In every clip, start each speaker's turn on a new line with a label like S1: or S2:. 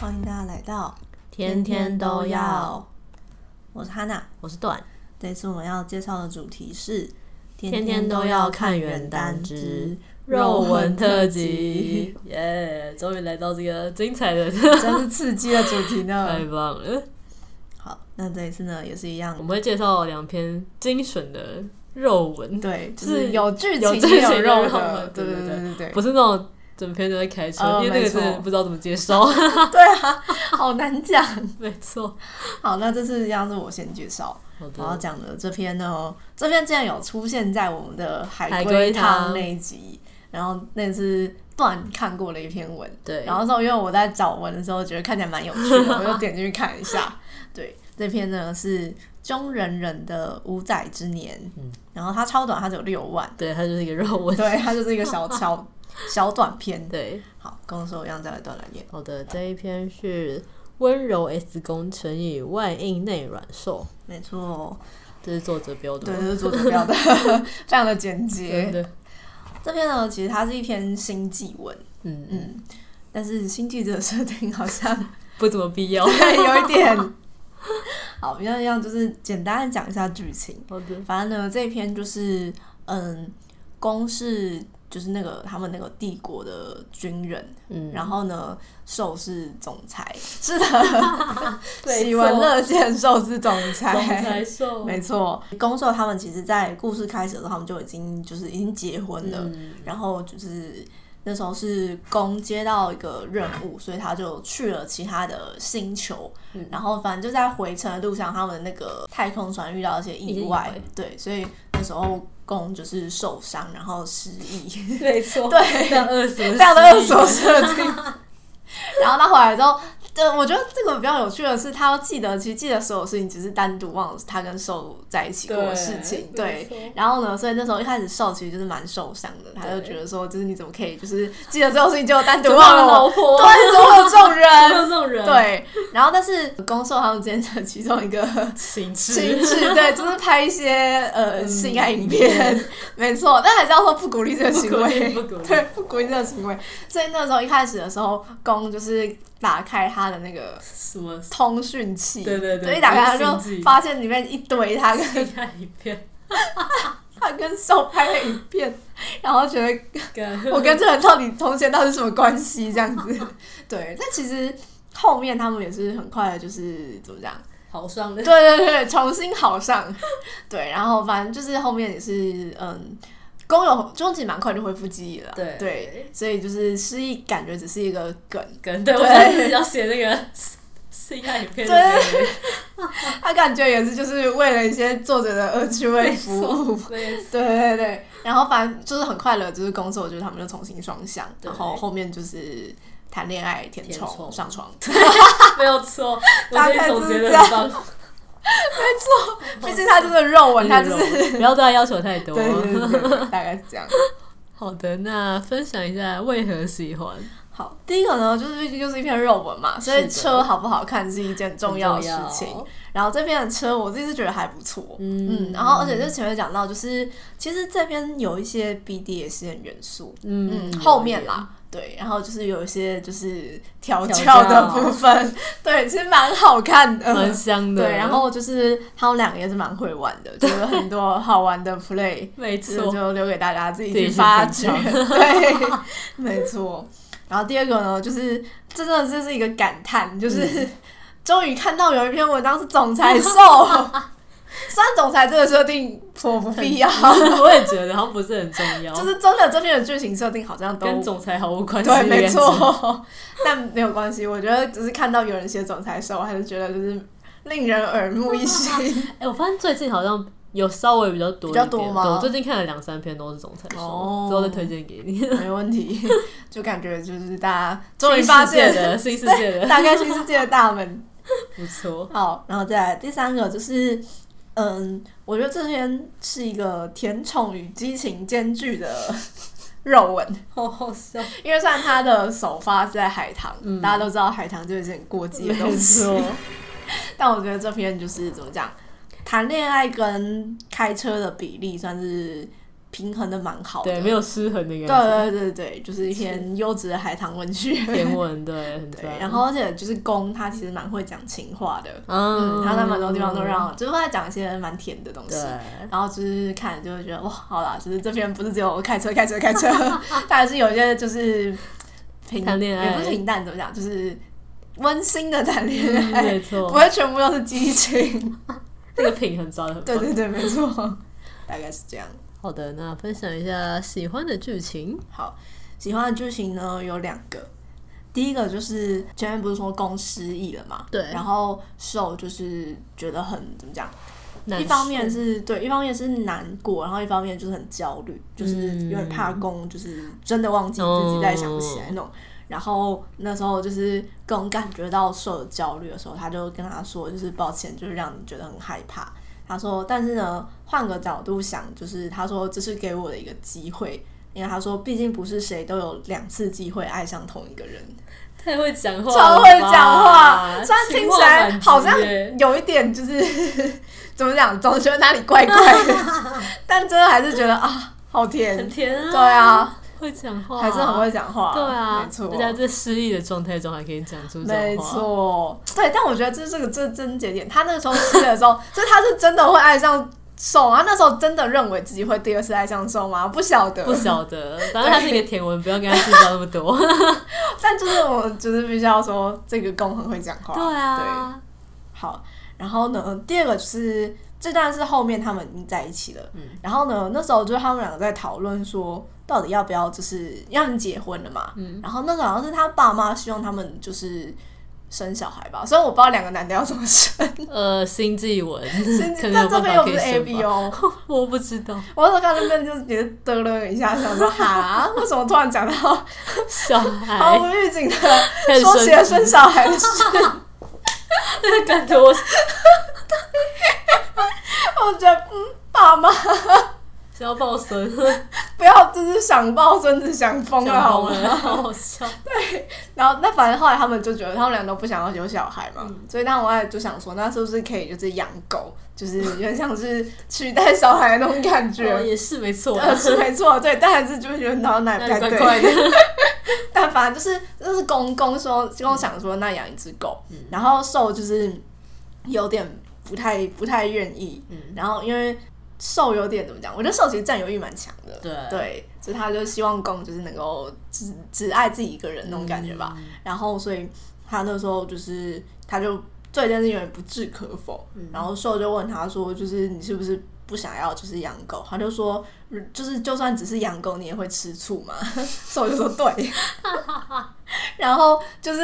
S1: 欢迎大家来到，
S2: 天天都要。
S1: 我是哈娜，
S2: 我是段，
S1: 这次我们要介绍的主题是
S2: 天天都要看原单之肉文特 辑，耶！终于来到这个精彩的，
S1: 真是刺激的主题
S2: 太
S1: 呢。
S2: 棒了！
S1: 好，那这一次呢也是一样
S2: 我，们会介绍两篇精选的肉文，
S1: 对，就是是有剧
S2: 有
S1: 情
S2: 剧
S1: 也有
S2: 情的
S1: 肉
S2: 肉
S1: 的，
S2: 文
S1: 对对
S2: 对对哦
S1: 对对对
S2: 不是那种整篇都在开车，
S1: 呃
S2: 因为那
S1: 没
S2: 个
S1: 错
S2: 真的不知道怎么接受。
S1: 对啊，好难讲。
S2: 没错，
S1: 好，那这次一样是我先介绍，
S2: 好
S1: 我要
S2: 的，
S1: 讲的这篇呢，这篇竟然有出现在我们的海
S2: 海
S1: 龟
S2: 龟
S1: 汤
S2: 汤
S1: 那一集，然后那是段看过的一篇文。
S2: 对
S1: 然，后之后因为我在找文的时候，觉得看起来蛮有趣的，我就点进去看一 下。对，这篇呢是中人人的五载之年，
S2: 嗯
S1: 然后它超短，它只有六万，
S2: 对，它就是一个肉文，
S1: 对，它就是一个 小小小短篇。
S2: 对，
S1: 好，跟我说一样，再来段来念。
S2: 好的，这一篇是温柔 S 公乘以外硬内软瘦，
S1: 没错，
S2: 这是作者标的
S1: 对，
S2: 吗，
S1: 这是作者标的， 非常的简洁
S2: 真。的，
S1: 这篇呢，其实它是一篇星际文，
S2: 嗯，
S1: 嗯，但是星际这个设定好 像
S2: 不怎么必要。
S1: 对有一点。好，一样一样，就是简单的讲一下剧情。
S2: 好的，
S1: 反正呢，这一篇就是，嗯，公是就是那个他们那个帝国的军人，
S2: 嗯，
S1: 然后呢，寿是总裁，是的，
S2: 没错
S1: 喜闻乐见，寿是总裁，
S2: 总裁受，
S1: 没错。公寿他们其实，在故事开始的时候，他们就已经就是已经结婚了，
S2: 嗯，
S1: 然后就是那时候是公接到一个任务，所以他就去了其他的星球，
S2: 嗯
S1: 然后反正就在回程的路上，他们那个太空船遇到一些意
S2: 意
S1: 外，
S2: 外
S1: 对，所以那时候公就是受伤，然后失忆，
S2: 没错，
S1: 对，
S2: 非常恶俗，
S1: 非常的二手设定。 然后他回来之后，对，嗯我觉得这个比较有趣的是，他要记得，其实记得所有事情，只是单独忘了他跟兽在一起过的事情。对
S2: 对，没错
S1: 然后呢，所以那时候一开始兽其实就是蛮受伤的，他就觉得说，就是你怎么可以，就是记得所有事情，结果单独
S2: 就
S1: 忘
S2: 忘了
S1: 了我？
S2: 老婆，
S1: 对，怎么会有这种
S2: 怎么
S1: 人？
S2: 有这种人，，
S1: 对，然后但是公兽他们之间的其中一个情
S2: 情痴，
S1: 志，对，就是拍一些呃
S2: 嗯
S1: 性爱影片，没错，但还是要说不鼓励这个行为，
S2: 不鼓励不鼓励
S1: 对，不鼓励这个行为。所以那时候一开始的时候，公就是打开他的那个
S2: 什么
S1: 通讯器，
S2: 对对对
S1: 所以一打开他就
S2: 通讯器
S1: 发现里面一堆他 跟
S2: 性爱影片，
S1: 他跟受拍的影片，然后觉得
S2: 干
S1: 我跟这人到底从前到底是什么关系这样 子，对，但其实。后面他们也是很快的，就是怎么讲，
S2: 好上 的，
S1: 对对对，重新好上。 对，然后反正就是后面也是，嗯，公有终极蛮快就恢复记忆了啦。
S2: 对
S1: 所以就是失忆，感觉只是一个梗。
S2: 跟对我
S1: 对
S2: 当时要写那个性爱影片的那个人，
S1: 他感觉也是就是为了一些作者的恶趣味
S2: 没
S1: 服
S2: 错
S1: 务。，
S2: 对
S1: 对对对，然后反正就是很快乐，就是工作，就是他们就重新双向，
S2: 对
S1: 然后后面就是谈恋爱、填
S2: 填
S1: 充、
S2: 充
S1: 上床。
S2: 没有错，我
S1: 大
S2: 觉
S1: 概
S2: 得
S1: 是
S2: 总结
S1: 这
S2: 的
S1: 样
S2: 很棒，
S1: 毕竟他就是肉 文，他就是
S2: 不要对他要求太多。
S1: 对对对对，对大概是这样。
S2: 好的，那分享一下为何喜欢，
S1: 好，第一个呢，就是毕竟就是一篇肉文嘛，所以
S2: 是的
S1: 车好不好看是一件重要的
S2: 很
S1: 事
S2: 重要
S1: 情。然后这边的车，我自己是觉得还不错，嗯
S2: 嗯
S1: 然后而且就前面讲到，就是其实这边有一些 BDSM E 的元素，嗯，后面啦，对，然后就是有一些就是调
S2: 调
S1: 教的
S2: 教
S1: 部分， 对，其实蛮好看的，
S2: 蛮香的，
S1: 对，然后就是他们两个也是蛮会玩的，就是很多好玩的 play，
S2: 没
S1: 这
S2: 错，
S1: 就留给大家自己
S2: 自己
S1: 去
S2: 去
S1: 发掘。
S2: 品 尝
S1: 对，没错。然后第二个呢，就是这真的这是一个感叹，就是、
S2: 嗯
S1: 终于看到有一篇文章是总裁瘦， 虽然总裁这个设定颇不必要，
S2: 我也觉得好像不是很重要，
S1: 就是真的这篇的剧情设定好像都
S2: 跟总裁毫无关系。
S1: 对，没，错。但没有关系，我觉得只是看到有人写总裁瘦，我还是觉得就是令人耳目一新。
S2: 哎、我发现最近好像有稍微比较多一点，
S1: 比较多吗
S2: 对我最近看了两三篇都是总裁说，
S1: 哦
S2: 之后再推荐给你。
S1: 没问题，就感觉就是大家 终于发现
S2: 新世界 的新世界的
S1: 打开新世界的大门。
S2: 不错，
S1: 好，然后再来第三个就是，嗯，我觉得这篇是一个甜宠与激情兼具的 肉文，
S2: 好好笑，
S1: 因为虽然它的首发是在海棠，
S2: 嗯
S1: 大家都知道海棠就是很过激的东
S2: 没
S1: 西，
S2: 错，
S1: 但我觉得这篇就是怎么讲，谈恋爱跟开车的比例算是平衡的蛮好的，
S2: 对，没有失衡的感觉，
S1: 对对对对，就是偏优质的海棠文学。
S2: 甜文对，啊很
S1: 对，
S2: 赞。
S1: 然后而且就是公他其实蛮会讲情话的，
S2: 嗯
S1: 嗯，他在蛮多地方都让我，就是他讲一些蛮甜的东西
S2: 对，，嗯
S1: 然后就是看就会觉得哇，好啦，就是这篇不是只有开车开车开 车，他还是有一些就是平
S2: 谈恋爱
S1: 也不是平淡怎么讲，就是温馨的谈
S2: 嗯
S1: 恋爱，
S2: 没
S1: 不
S2: 错，
S1: 会全部都是激情。
S2: 那个平衡抓的很
S1: 对
S2: 棒。
S1: 对对，没错，大概是这样。
S2: 好的，那分享一下喜欢的剧情，
S1: 好，喜欢的剧情呢有两个，第一个就是前面不是说公失忆了嘛，
S2: 对
S1: 然后受就是觉得很怎么讲，
S2: 难
S1: 一方面是对，一方面是难过，然后一方面就是很焦虑，就是有点怕公，就是真的忘记自己在想不起来那种。然后那时候就是公感觉到受了焦虑的时候，他就跟他说，就是抱歉，就是让你觉得很害怕。他说，但是呢，换个角度想，就是他说这是给我的一个机会，因为他说，毕竟不是谁都有两次机会爱上同一个人。
S2: 太会讲话了
S1: 超
S2: 吧，
S1: 会讲话，虽然
S2: 情
S1: 听
S2: 话
S1: 起来
S2: 满
S1: 好
S2: 级
S1: 像
S2: 耶
S1: 有一点就是 怎么讲，总觉得哪里怪怪 的，但真的还是觉得啊，好
S2: 很
S1: 甜，
S2: 甜啊，
S1: 对，啊，
S2: 会讲话，
S1: 还是很会讲话，
S2: 对啊，
S1: 没错
S2: 而且，在这失忆的状态中还可以讲出这
S1: 没
S2: 种话，
S1: 错，对，但我觉得这是个这真节点，他那个时候吃的时候， 就是他是真的会爱上瘦，他那时候真的认为自己会第二次爱上瘦吗？不晓得，
S2: 不晓 得，反正他是一个甜文，不要跟他计较那么多。
S1: 但就是我就是必须要说，这个公很会讲话，
S2: 对啊，
S1: 好，然后呢，第二个就是这段是后面他们已经在一起了，
S2: 嗯
S1: 然后呢，那时候就是他们两个在讨论说，到底要不要就是要你结婚了嘛，
S2: 嗯
S1: 然后那个好像是他爸妈希望他们就是生小孩吧，虽然我不知道两个男的要怎么 生，
S2: 呃，星际文
S1: 甚，
S2: 可
S1: 至
S2: 能
S1: 但
S2: 有
S1: 这
S2: 办
S1: 边
S2: 法
S1: 又
S2: 可
S1: 不
S2: 以
S1: 是 A
S2: 生
S1: B
S2: 吧。
S1: 哦，
S2: 我不知道，
S1: 我那时候看到那边就是也是嘚了一下，想说哈，为什么突然讲到
S2: 小
S1: 毫
S2: 孩
S1: 无预警的
S2: 哎很
S1: 说起了
S2: 生
S1: 生小孩的事？
S2: 气，感觉我
S1: 我觉得嗯，爸妈
S2: 想要抱孙，
S1: 不要就是想抱孙子想疯了
S2: 想
S1: 好
S2: 疯
S1: 吗？
S2: 了，好好笑。
S1: 然后那反正后来他们就觉得他们俩都不想要有小孩嘛，
S2: 嗯
S1: 所以那我也就想说，那是不是可以就是养狗，就是有点像是取代小孩那种感觉。
S2: 哦也是没错啊，
S1: 呃，是没错，对，但还是就觉得脑奶不
S2: 那
S1: 太
S2: 你怪
S1: 对。
S2: 怪的，
S1: 但反正就是，就是公公说，公想说那养一只狗，
S2: 嗯
S1: 然后兽就是有点不太不太愿意，
S2: 嗯
S1: 然后因为兽有点怎么讲，我觉得兽其实占有欲蛮强的，
S2: 对
S1: 对，所以他就希望公就是能够只只爱自己一个人那种感觉
S2: 嗯
S1: 吧。然后所以他那时候就是他就对这件事有点不置可否。
S2: 嗯
S1: 然后兽就问他说，就是你是不是不想要就是养狗？他就说，嗯就是就算只是养狗，你也会吃醋 嘛。兽就说对。然后就是，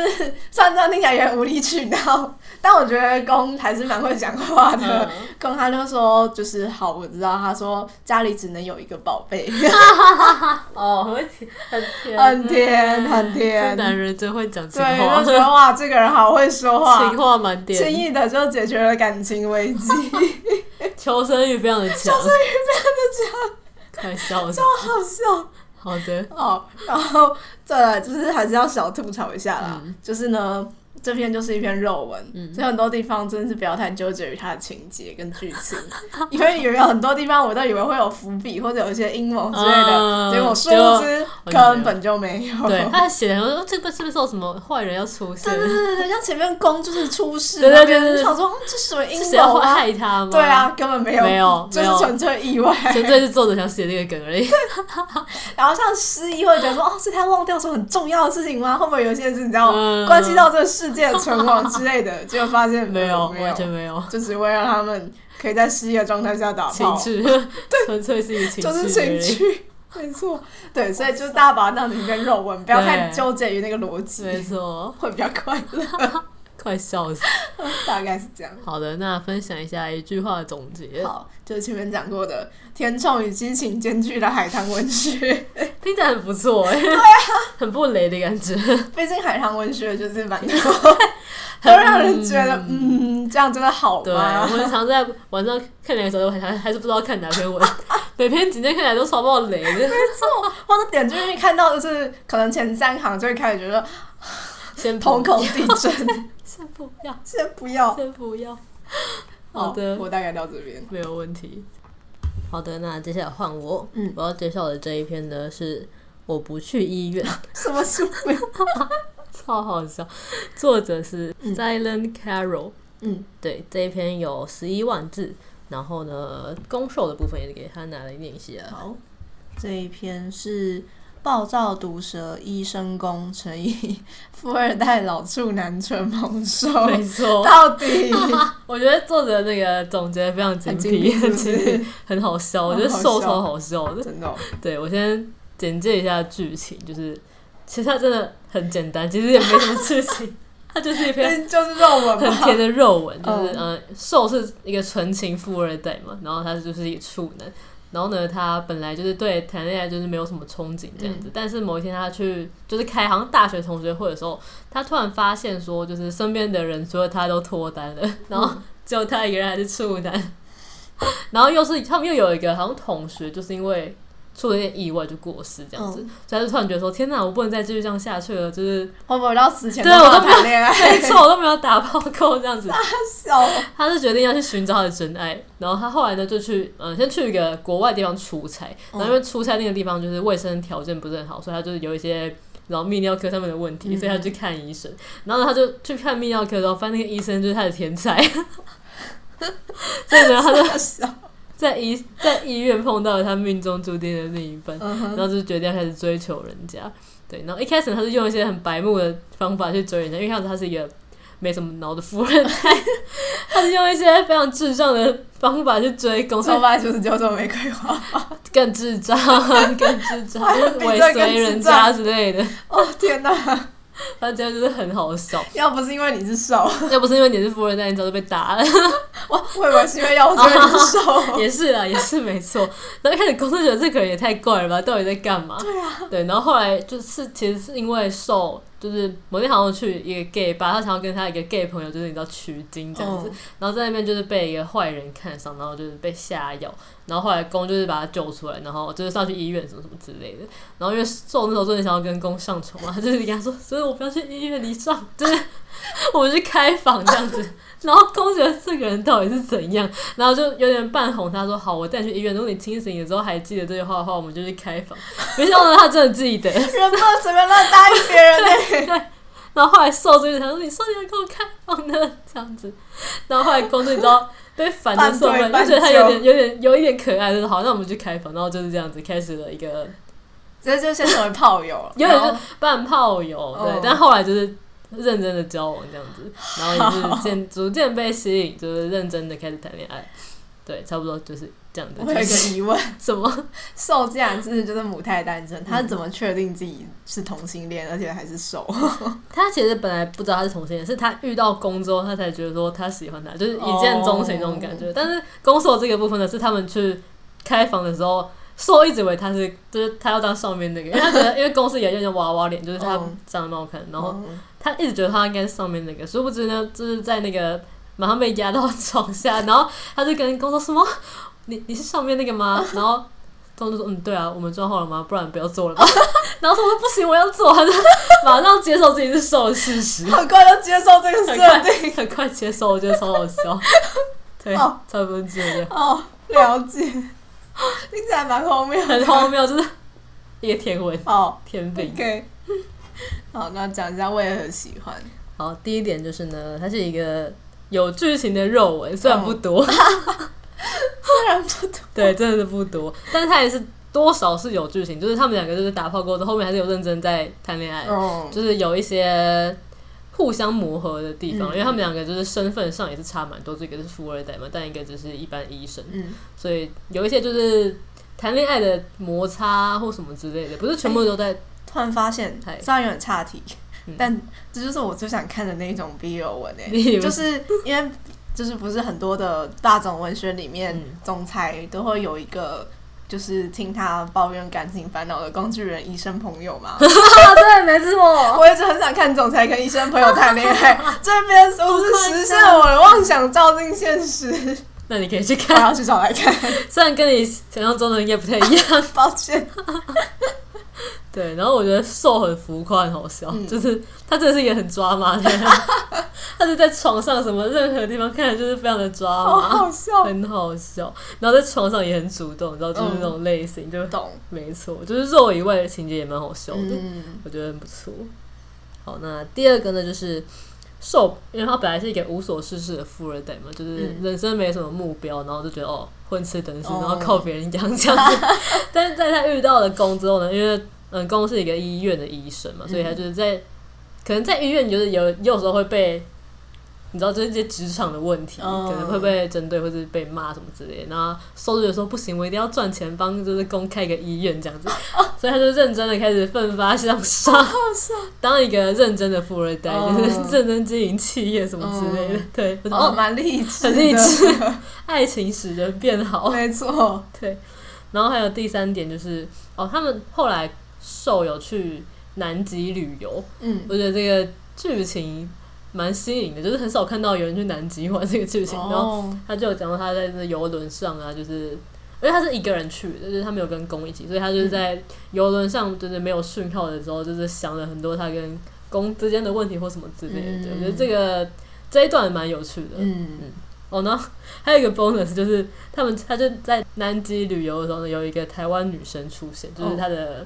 S1: 虽然这样听起来有点无理取闹，但我觉得公还是蛮会讲话的。
S2: 嗯
S1: 公他就说，就是好，我知道。他说家里只能有一个宝贝，
S2: 哦，很会甜，
S1: 很
S2: 很甜，
S1: 甜很甜
S2: 这男人真会讲情
S1: 对，就
S2: 话，
S1: 觉 得哇，这个人好会说话
S2: 情，话满
S1: 轻
S2: 点，
S1: 易的就解决了感情危机，
S2: 求生欲非常的强，求生欲非常的强，快笑 死！
S1: 好笑
S2: 好的，
S1: 哦。然后再来就是还是要小吐槽一下啦，就是呢。这篇就是一篇肉文，所以很多地方真的是不要太纠结于它的情节跟剧情，因为有很多地方我都以为会有伏笔或者有一些阴谋之类的，
S2: 嗯
S1: 结果殊
S2: 结果
S1: 不知根本就没有。啊
S2: 对他写的，我说这个是不是有什么坏人要出现
S1: 对？对对对对，像前面公就是出事，
S2: 对对对
S1: 然后别人
S2: 对对
S1: 就想说嗯这什么阴谋
S2: 谁要
S1: 啊？
S2: 害他吗？
S1: 对，啊，根本没有，
S2: 没有
S1: 就是
S2: 没有
S1: 纯粹意 外。
S2: 纯粹是作者想写这个梗而已。
S1: 然后像失忆会觉得说，哦，是他忘掉什么很重要的事情吗？会不会有一些是你知道、
S2: 嗯
S1: 关系到这个世界的存亡之类的？结果发现
S2: 没有，
S1: 没有
S2: 完，全没有。
S1: 就只为让他们可以在失忆的状态下打
S2: 情
S1: 炮，
S2: 趣，纯粹是一个情趣
S1: 就是
S2: 而已，
S1: 情趣。没错，对，所以就是大家把它当成一篇肉文，不要太
S2: 对
S1: 纠结于那个逻
S2: 没
S1: 辑，
S2: 错，
S1: 会比较快乐。
S2: 快笑死！
S1: 大概是这样。
S2: 好的，那分享一下一句话的总结，
S1: 好，就是前面讲过的甜宠与激情兼具的海棠文学，
S2: 听起来很不错哎、对啊，很不雷的感觉，
S1: 毕竟海棠文学就是蛮多， 都让人觉得嗯，这样真的好
S2: 对，
S1: 吗
S2: 我？们常在晚上看两个小时，我还还是不知道看哪 篇文，每篇紧接看起来都超爆雷的，
S1: 或者点进去看到就是可能前三行就会开始觉得
S2: 先
S1: 瞳
S2: 不
S1: 孔地震，
S2: 先不要，
S1: 先不要。
S2: 先不要。好的
S1: 我大概到这边。
S2: 没有问题。好的，那接下来换我，
S1: 嗯
S2: 我要介绍的这一篇呢是我不去医 院，
S1: 什么书名？
S2: 超好笑。作者是 Silent Carol，
S1: 嗯
S2: 对，这一篇有十一万字，然后呢，攻受的部分也给他拿来念一下。
S1: 好，这一篇是暴躁毒舌医生公乘以富二代老处男纯萌兽，
S2: 没 错，
S1: 到底
S2: 我觉得作者那个总结非常精
S1: 很精
S2: 辟，
S1: 辟是
S2: 很
S1: 不
S2: 精
S1: 是
S2: 辟，很好笑。我觉得
S1: 很好
S2: 受
S1: 笑
S2: 超好笑的。
S1: 真的哦、
S2: 对我先简介一下剧情，就是其实它真的很简单，其实也没什么剧情，它就是一篇
S1: 那 就是肉文
S2: 很
S1: 吧？
S2: 甜的肉文，就是
S1: 嗯
S2: 呃，受是一个纯情富二代嘛，然后他就是一个处男，然后呢，他本来就是对谈恋爱就是没有什么憧憬这样子，但是某一天他去就是开好像大学同学会的时候，他突然发现说，就是身边的人除了他都脱单了，然后只有他一个人还是处男，然后又是他们又有一个好像同学，就是因为出了一点意外就过世这样子，
S1: 嗯
S2: 所以他就突然觉得说，天哪，我不能再继续这样下去了，就是
S1: 我我到死前
S2: 对我都
S1: 没有谈恋爱，
S2: 没错，我都没有打炮够这样子。
S1: 笑死。
S2: 他是决定要去寻找他的真爱，然后他后来呢就去，嗯、先去一个国外地方出差，然后因为出差那个地方就是卫生条件不是很好，所以他就是有一些然后泌尿科上面的问题，
S1: 嗯
S2: 所以他去看医生，然后呢他就去看泌尿科，然后发现那个医生就是他的天才， 所以呢他就
S1: 笑
S2: 在医在医院碰到了他命中注定的另一半，
S1: 嗯
S2: 然
S1: 哼，
S2: 后就决定要开始追求人家。对，然后一开始他是用一些很白目的方法去追人家，因为一开始他是一个没什么脑的富二代， 他是用一些非常智障的方法去追攻，所
S1: 说
S2: 以
S1: 白就是九种玫瑰花。
S2: 更智障、 更智障，就是尾随人家之类的。
S1: 哦天哪！
S2: 他这样就是很好笑，
S1: 要不是因为你是瘦，
S2: 要不是因为你是富二代，你早就被打了。
S1: 我我以为是因为要不是因为你是瘦。
S2: 也是啦，也是没错。然后一开始公司觉得这个人也太怪了吧，到底在干嘛？对啊， 对。然后后来就是其实是因为受，就是某天好像去一个 gay 吧，他想要跟他一个 gay 朋友，就是你知道取经这样子，
S1: 嗯
S2: 然后在那边就是被一个坏人看上，然后就是被下药，然后后来公就是把他救出来，然后就是上去医院什么什么之类的。然后因为受那时候真的想要跟公上床嘛，他 就是跟他说，所以我不要去医院里上，就是 我们去开房这样子。然后公觉得这个人到底是怎样，然后就有点半哄他说：“好，我带你去医院。如果你清醒的时候还记得这句话的话，我们就去开房。” 没想到呢他真的记得。
S1: 人不能随便乱答应别人呢、
S2: 然后后来受罪，他说：“你说你要跟我开房的 这样子。”然后后来公就你知道被烦的受不了，
S1: 半推 半就
S2: 就觉得他有点有点有一点可爱，就是好，那我们去开房。然后就是这样子开始了 一个
S1: 这就先成为炮友了。
S2: 有点就
S1: 然后
S2: 半炮友，对，
S1: 哦
S2: 但后来就是认真的交往这样子，然后也是渐逐渐被吸引，就是认真的开始谈恋爱，对，差不多就是这样的
S1: 我有
S2: 剧
S1: 一个
S2: 情。
S1: 疑问：
S2: 什么？
S1: 瘦竟然是就是母胎单身，他是
S2: 嗯
S1: 怎么确定自己是同性恋，而且还是瘦？
S2: 他其实本来不知道他是同性恋，是他遇到公之后，他才觉得说他喜欢他，就是一见钟情那种感觉。但是公受这个部分呢，是他们去开房的时候。受一直以为他是，就是他要当上面那个，因为他觉得，因为公司也有点娃娃脸，就是他
S1: 哦
S2: 长得蛮好看，然后
S1: 嗯
S2: 他一直觉得他应该是上面那个，殊不知呢，就是在那个 马上被压到床下，然后他就跟公说什么：“ 你你是上面那个吗？”然后公就说：“嗯，对啊，我们装好了吗？不 然不要做了吧。”然后他说：“不行，我要做。”他就 马上接受自己是瘦的事实，
S1: 很快就接受这个设
S2: 很快
S1: 定
S2: 很快接受，我觉得超好 笑。对，
S1: 哦
S2: 差不多这样，
S1: 哦，了解，听起来蛮荒谬
S2: 很
S1: 的。
S2: 荒谬，就是 一个天文
S1: 哦，
S2: 天饼。
S1: OK，好，那讲一下为何喜欢。
S2: 好，第一点就是呢，它是一个有剧情的肉文，虽然不多。
S1: 虽然不懂，
S2: 对，真的是不多，但是他也是多少是有剧情，就是他们两个就是打炮过后，后面还是有认真在谈恋爱，
S1: 嗯，
S2: 就是有一些互相磨合的地方，
S1: 嗯
S2: 因为他们两个就是身份上也是差蛮多，这个是富二代嘛，但一个就是一般医生，
S1: 嗯，
S2: 所以有一些就是谈恋爱的摩擦或什么之类的，不是全部都在，
S1: 突然发现，
S2: 嗨
S1: 虽然有点岔题
S2: 嗯，
S1: 但这就是我最想看的那种 BL 文
S2: 你
S1: 诶、
S2: 以为
S1: 就是因为就是不是很多的大众文学里面
S2: 嗯，
S1: 总裁都会有一个。就是听他抱怨感情烦恼的工具人医生朋友嘛，
S2: 啊，对，没错，
S1: 我一直很想看总裁跟医生朋友谈恋 爱，这边我是实现我的妄想，照进现实。
S2: 那你可以去
S1: 我
S2: 看，
S1: 要去找来看，
S2: 虽然跟你想象中的应该不太一样，
S1: 抱歉。
S2: 对，然后我觉得瘦很浮夸，很好笑，
S1: 嗯
S2: 就是他真的是一个很抓马的人， 他就在床上什么任何地方看起来就是非常的抓
S1: 好
S2: 马，
S1: 哦好笑，
S2: 很好笑。然后在床上也很主动，你知道，就是
S1: 嗯
S2: 那种类型，就
S1: 懂，
S2: 没错，就是肉以外的情节也蛮好笑的。
S1: 嗯，
S2: 我觉得很不错。好，那第二个呢，就是受，因为他本来是一个无所事事的富二代嘛，就是
S1: 嗯
S2: 人生没什么目标，然后就觉得哦，混吃等死，
S1: 哦
S2: 然后靠别人养这 样子。但是在他遇到了公之后呢，因为嗯，公是一个医院的医生嘛，所以他就是在、可能在医院，就是有有时候会被。你知道，就是一些职场的问题，
S1: 嗯
S2: 可能会被针对，或是被骂什么之类的。然后收入说不行，我一定要赚钱，帮就是公开一个医院这样子。所以他就认真的开始奋发向上，当一个认真的富二代，
S1: 嗯
S2: 就是认真经营企业什么之类的。对，我觉得
S1: 哦，
S2: 哦，
S1: 蛮励志，
S2: 很励志， 爱情使人变好。
S1: 没错，
S2: 对，然后还有第三点就是，哦，他们后来受有去南极旅游，
S1: 嗯，
S2: 我觉得这个剧情蛮新颖的，就是很少看到有人去南极玩这个剧情。然后
S1: 哦，
S2: 他就有讲到他在那游轮上啊，就是因为他是一个人去的，就是他没有跟公一起，所以他就是
S1: 嗯
S2: 在游轮上就是没有讯号的时候，就是想了很多他跟公之间的问题或什么之类的。对我觉得这个这一段蛮有趣的。
S1: 嗯，
S2: 哦，然后还有一个 bonus 就是他们他就在南极旅游的时候呢，有一个台湾女生出现，
S1: 哦
S2: 就是他的、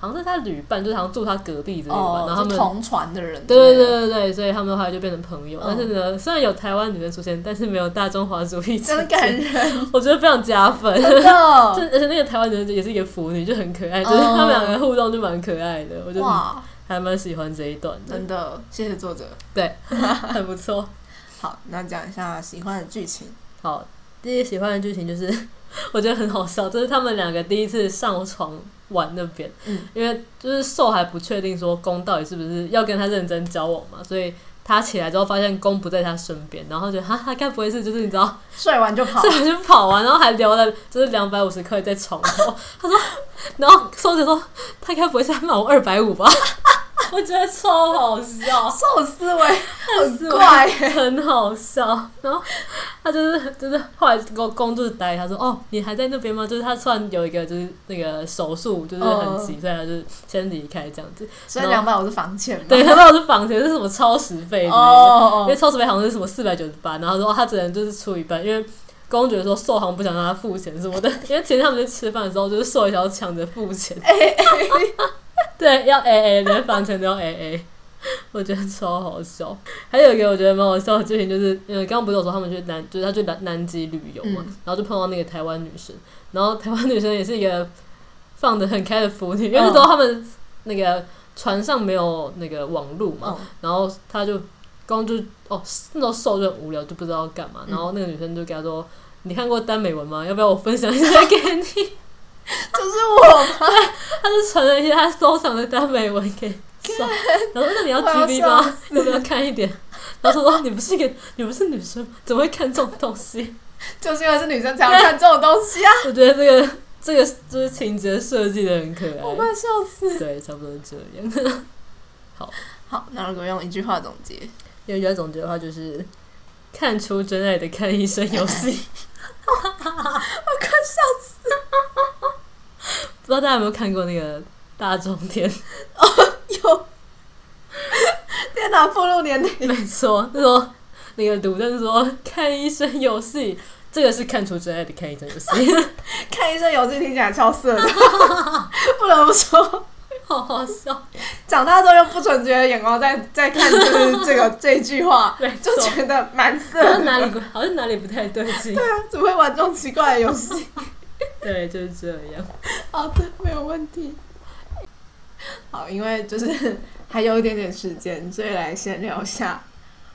S2: 好像是他旅伴，就是好像住他隔壁之类的吧。
S1: 哦，
S2: 然后他
S1: 就
S2: 们
S1: 同船的人，
S2: 对对对，对对，所以他们后来就变成朋友。
S1: 嗯
S2: 但是呢，虽然有台湾女生出现，但是没有大中华主义出
S1: 真
S2: 现，
S1: 感人，
S2: 我觉得非常加分。
S1: 真
S2: 就
S1: 的，
S2: 而且那个台湾女生也是一个腐女，就很可爱，
S1: 嗯
S2: 就是他们两个互动就蛮可爱的，我就
S1: 哇，
S2: 还蛮喜欢这一段的
S1: 真，的，谢谢作者。
S2: 很不错。
S1: 好，那讲一下喜欢的剧情，
S2: 好，第一个喜欢的剧情就是 我觉得很好笑，就是他们两个第一次上床玩那边，
S1: 嗯
S2: 因为就是受还不确定说公到底是不是要跟他认真交往嘛，所以。他起来之后发现公不在他身边，然后觉得哈，他该不会是就是你知道，
S1: 睡完就 跑
S2: 这，样就跑完，然后还留了就是两百五十块在床头。 他说，然后收着说他该不会是在骂我二百五吧？ 我觉得超好笑，
S1: 寿司 味很
S2: 思维
S1: 怪，
S2: 很好笑。然后他就是就是后来工工就是呆，他说：“哦，你还在那边吗？”就是他突然有一个就是那个手术，就是很急，
S1: 哦
S2: 所以他就是先离开这样子。
S1: 所以两百我是房钱嘛，
S2: 对，他说我是房钱是什么超时费之类的，
S1: 哦，
S2: 因为超时费好像是什么四百九十八，然后他说、哦他只能就是出一半，因为。公觉得说寿航不想让他付钱什么的，因为其实他们在吃饭的时候，就是寿也想 要抢着付钱，对，要 A A，连房钱都要 A A，我觉得超好笑。还有一个我觉得蛮好笑的剧情，就是因为刚刚不是有说他们去南，就是他去南南极旅游嘛，
S1: 嗯
S2: 然后就碰到那个台湾女生，然后台湾女生也是一个放得很开的腐女，
S1: 嗯
S2: 因为那时候他们那个船上没有那个网路嘛，
S1: 嗯
S2: 然后他就刚就哦，那时候瘦就很无聊，就不知道干嘛。
S1: 嗯
S2: 然后那个女生就跟他说：“你看过耽美文吗？要不要我分享一下给你
S1: 就是我？”
S2: 他就传了一些他收藏的耽美文给瘦，然后说：“那你 要
S1: 我要
S2: GB
S1: 笑
S2: 吗？要不要看一点？”然后他说：“你不是一个，你不是女生，怎么会看这种东西
S1: 就是因为是女生才要看这种东西啊，？”
S2: 我觉得这个这个就是情节设计的很可
S1: 我快
S2: 爱，
S1: 笑死。
S2: 对，差不多这样。
S1: 好，那如果用一句话总 结，
S2: 因为觉得总结的话就是。看出真爱的看医生游戏， 不知道大家有没有看过那个大众点
S1: 有，天哪，暴露年龄，
S2: 没错，那时候那个鲁正说看医生游戏，这个是看出真爱的看医生游戏，
S1: 看医生游戏听起来超色的， 不得不说，
S2: 好好笑，
S1: 长大之后用不纯洁的眼光再再看，就是这个这一句 话，
S2: 没错
S1: 就，觉得蛮色
S2: 好像
S1: 的，
S2: 哪里不好像哪里不太对劲，
S1: 怎么会玩这种奇怪的游戏？
S2: 对，就是这样。
S1: 好的，没有问题。好，因为就是还有一点点时间，所以来先聊一下。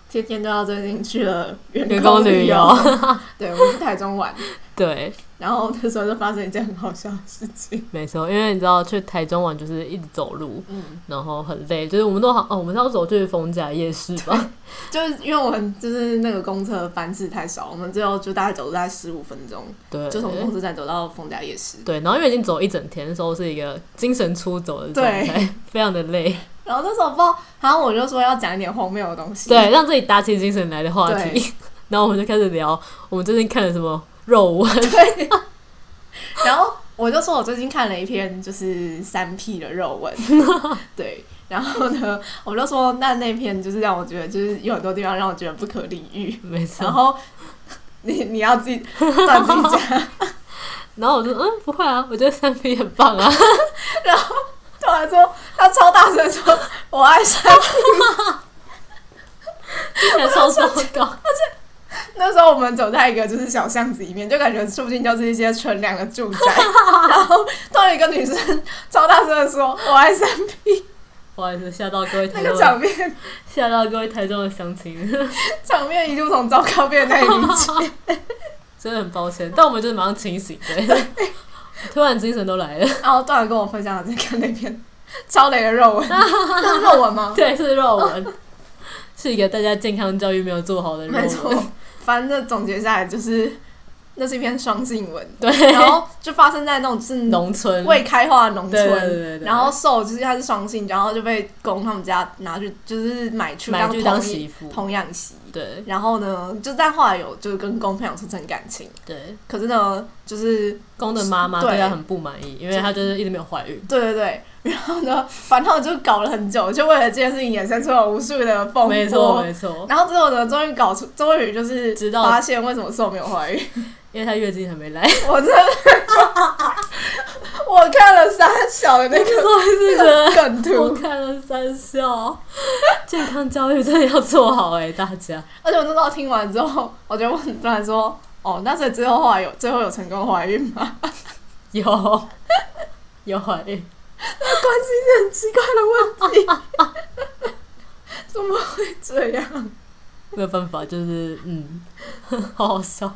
S1: 天天都要最近去了员
S2: 员
S1: 工
S2: 工旅
S1: 游
S2: 游，
S1: 对，我们去台中玩，
S2: 对，
S1: 然后那时候就发生一件很好笑的事 情。
S2: 没错，因为你知道去台中玩就是一直走路，
S1: 嗯，
S2: 然后很累，就是我们都好哦，我们是要走去逢甲夜市吧？
S1: 就是因为我们就是那个公车班次太少，我们最后就大概走大概十五分钟，
S2: 对，
S1: 就从公车站走到丰甲夜市。
S2: 对，然后因为已经走一整天的时候，是一个精神出走的状态， 非常的累，
S1: 然后那时候不知道，然后我就说要讲一点荒谬的东西。
S2: 对，让自己打起精神来的话题。 然后我们就开始聊，我们最近看了什么肉丸，
S1: 对， 然后我就说我最近看了一篇就是三 P 的肉文，对，然后呢，我就说那那篇就是让我觉得就是有很多地方让我觉得不可理喻。
S2: 没错
S1: 然。后你你要自己算自己 讲，
S2: 然后我就嗯不会啊，我觉得三 P 很棒 啊。
S1: 突然说他超大声说我爱上
S2: 听起来超糟糕。
S1: 那时候我们走在一个就是小巷子里面，就感觉附近就是一些纯良的 住宅，然后突然有一个女生超大声的说“我爱三 P”，
S2: 不好意思，吓到各位
S1: 那
S2: 台
S1: 个
S2: 中
S1: 场
S2: 的，
S1: 面
S2: 吓到各位台中的乡亲，
S1: 场面一度从糟糕变得难以理解。
S2: 真的很抱歉。但我们就是马上清醒，对， 突然精神都来了。
S1: 然后突然跟我分享了这个那篇超雷的 肉文，那是肉文吗？
S2: 对，是肉文，是一个大家健康教育没有做好的肉
S1: 没错
S2: 文。，
S1: 反正总结下来就是那是一篇双性 文，
S2: 对，
S1: 然后就发生在那种就是
S2: 农村
S1: 未开化的农
S2: 对对
S1: 村
S2: 对。对对，
S1: 然后瘦就是他是双性，然后就被公他们家拿去就是买去
S2: 买
S1: 当
S2: 去当
S1: 童
S2: 媳妇，
S1: 童养媳。
S2: 对
S1: 然后呢，就但后来有就是跟公培养出真感情，
S2: 对，
S1: 可是呢，就是
S2: 公的妈妈
S1: 对
S2: 对她很不满意，因为她就是一直没有怀孕。
S1: 对对对，然后呢，反正就搞了很久，就为了这件事情衍生出了无数的风波。
S2: 没错没错，
S1: 然后之后呢，终于搞出，终于就是
S2: 知道
S1: 发现为什么瘦没有怀孕。
S2: 因为她月经 还没来，
S1: 我真的，我看了三小的那
S2: 所
S1: 个
S2: 以是觉得
S1: 梗
S2: 我
S1: 图，
S2: 看了三笑，健康教育真的要做好哎、大家。
S1: 而且我那时候听完之后，我就问突然说：“哦，那所以之后后来有最后有成功怀孕吗
S2: 有 有怀孕，？”
S1: 关心是很奇怪的问题， 怎么会这样？
S2: 没有办法，就是嗯， 好好笑。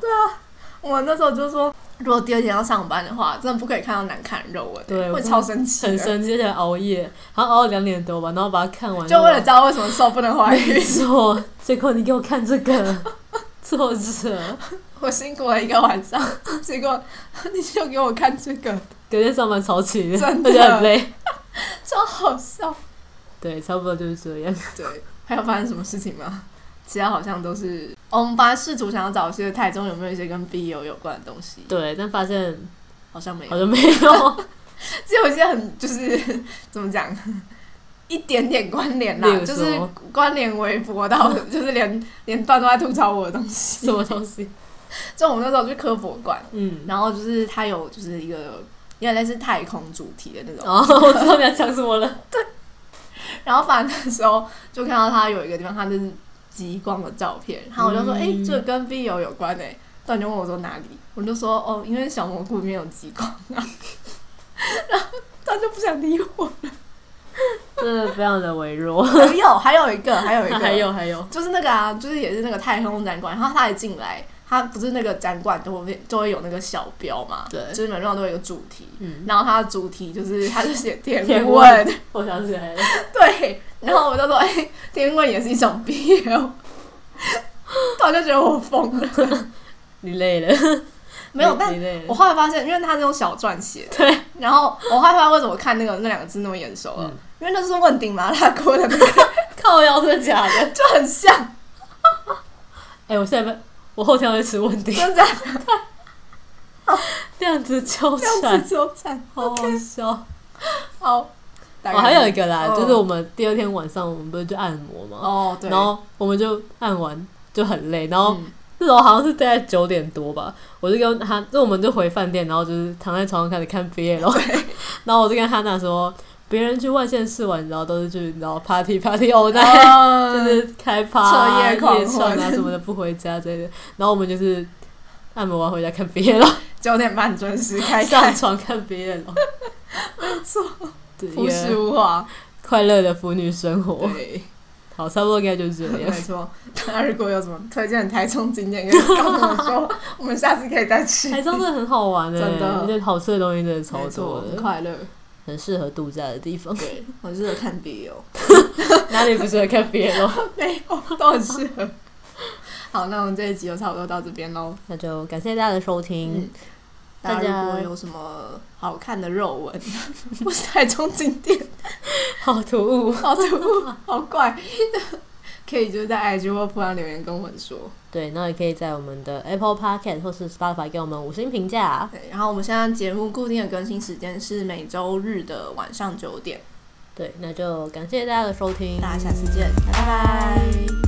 S1: 我那时候就说，如果第二天要上班的话，真的不可以看到难看的肉文，
S2: 对
S1: 会超生气的，
S2: 很生气，而且熬夜，好像熬了两点多吧，然后把它看完。
S1: 就为了知道为什么瘦不能怀孕
S2: 没。错，结果你给我看这个， 作者
S1: 我辛苦了一个晚上，结果 你就给我看这个，
S2: 隔天上班超起的，
S1: 真
S2: 而
S1: 的
S2: 且很累。
S1: 超好笑。
S2: 对，差不多就是这样。
S1: 对，还有发生什么事情吗？其他好像都是，哦我们本来试图想要找一些台中有没有一些跟 BL 有关的东西，
S2: 对，但发现
S1: 好像没有
S2: 好，像没 有，
S1: 只有一些很就是 怎么讲，一点点关联
S2: 例
S1: 啦，
S2: 如
S1: 就
S2: 说
S1: 是关联微博 到，就是连连段都在吐槽我的东西。
S2: 什么东西？
S1: 就我们那时候去科博馆，
S2: 嗯，
S1: 然后就是它有就是一个有点类似太空主题的那种，
S2: 哦，我知道你要讲什么了。
S1: 然后反正那时候就看到它有一个地方，它就是极光的照片，然后我就说，
S2: 嗯
S1: 哎、这个跟 B 友有关哎、欸，段就问我说哪里，我就说哦，因为小蘑菇里面有极光啊， 然后段就不想理我，
S2: 真的非常的微弱。嗯
S1: 还有还有一个 还有一个
S2: 还有还有，
S1: 就是那个啊，就是也是那个太空展馆，然后他一进来，他不是那个展馆都会就会有那个小标嘛，
S2: 对
S1: 就是每个地方都会有一个主题，
S2: 嗯，
S1: 然后它的主题 就是，它就写天
S2: 天
S1: 问，
S2: 我想起来了，
S1: 对，然后我就说，哎、天问也是一种 BL，我就觉得我疯了，
S2: 你累了，
S1: 没有，
S2: 你
S1: 但
S2: 你累
S1: 我
S2: 了，
S1: 后来发现，因为它是用小篆写，
S2: 对，
S1: 然后我后来发现为什么看那个那两个字那么眼熟了，
S2: 嗯
S1: 因为那就是问鼎麻辣锅的那个，
S2: 靠腰真的假的？
S1: 就很像，
S2: 哎、我下班，我后天要去吃问题，
S1: 真的
S2: 这样子纠
S1: 这样
S2: 缠，
S1: 子纠缠，
S2: 好好笑。哦
S1: 好，大概
S2: 我还有一个啦，
S1: 嗯
S2: 就是我们第二天晚上我们不是去按摩嘛，
S1: 哦，对，
S2: 然后我们就按完就很累，然后
S1: 嗯
S2: 那时候好像是大概九点多吧，我就跟他，就我们就回饭店，然后就是躺在床上开始看 BL，然 后我就跟哈娜说，别人去外县市玩，然后都是去然后 party party all night，、
S1: 嗯
S2: 就是开趴、啊、
S1: 彻夜狂欢
S2: 唱啊什么的，不回家之类的。然后我们就是按摩完回家看 BL，
S1: 九点半准时开
S2: 上
S1: 看，
S2: 床看 BL，
S1: 没错，
S2: 对，
S1: 朴
S2: 一
S1: 实
S2: 个
S1: 无华，
S2: 快乐的腐女生活。
S1: 对。
S2: 好，差不多应该就是 这样
S1: 没。错，那如果有什么推荐的台中景点，可以跟我们说，我们下次可以再去。
S2: 台中真的很好玩哎、
S1: 真的
S2: 而且好吃的东西真的超
S1: 没
S2: 多
S1: 错，很
S2: 的，
S1: 快乐。
S2: 很适合度假的地方。
S1: 对，我适合看哦 BL，
S2: 哪里不适合看哦 BL？
S1: 没有都很适合。 好，那我们这一集就差不多到这边喽。
S2: 那就感谢大家的收听
S1: 嗯，大
S2: 大家
S1: 家如果有什么好看的肉文， 不是台中景点，
S2: 好突兀。
S1: 好突兀，好怪， 可以就是在 IG 或普上留言跟我们说。
S2: 对，那也可以在我们的 Apple Podcast 或是 Spotify 给我们五星评价。
S1: 对，然后我们现在节目固定的更新时间是每周日的晚上九点。对，那就感谢大家的收听，
S2: 大家下次见，
S1: 拜拜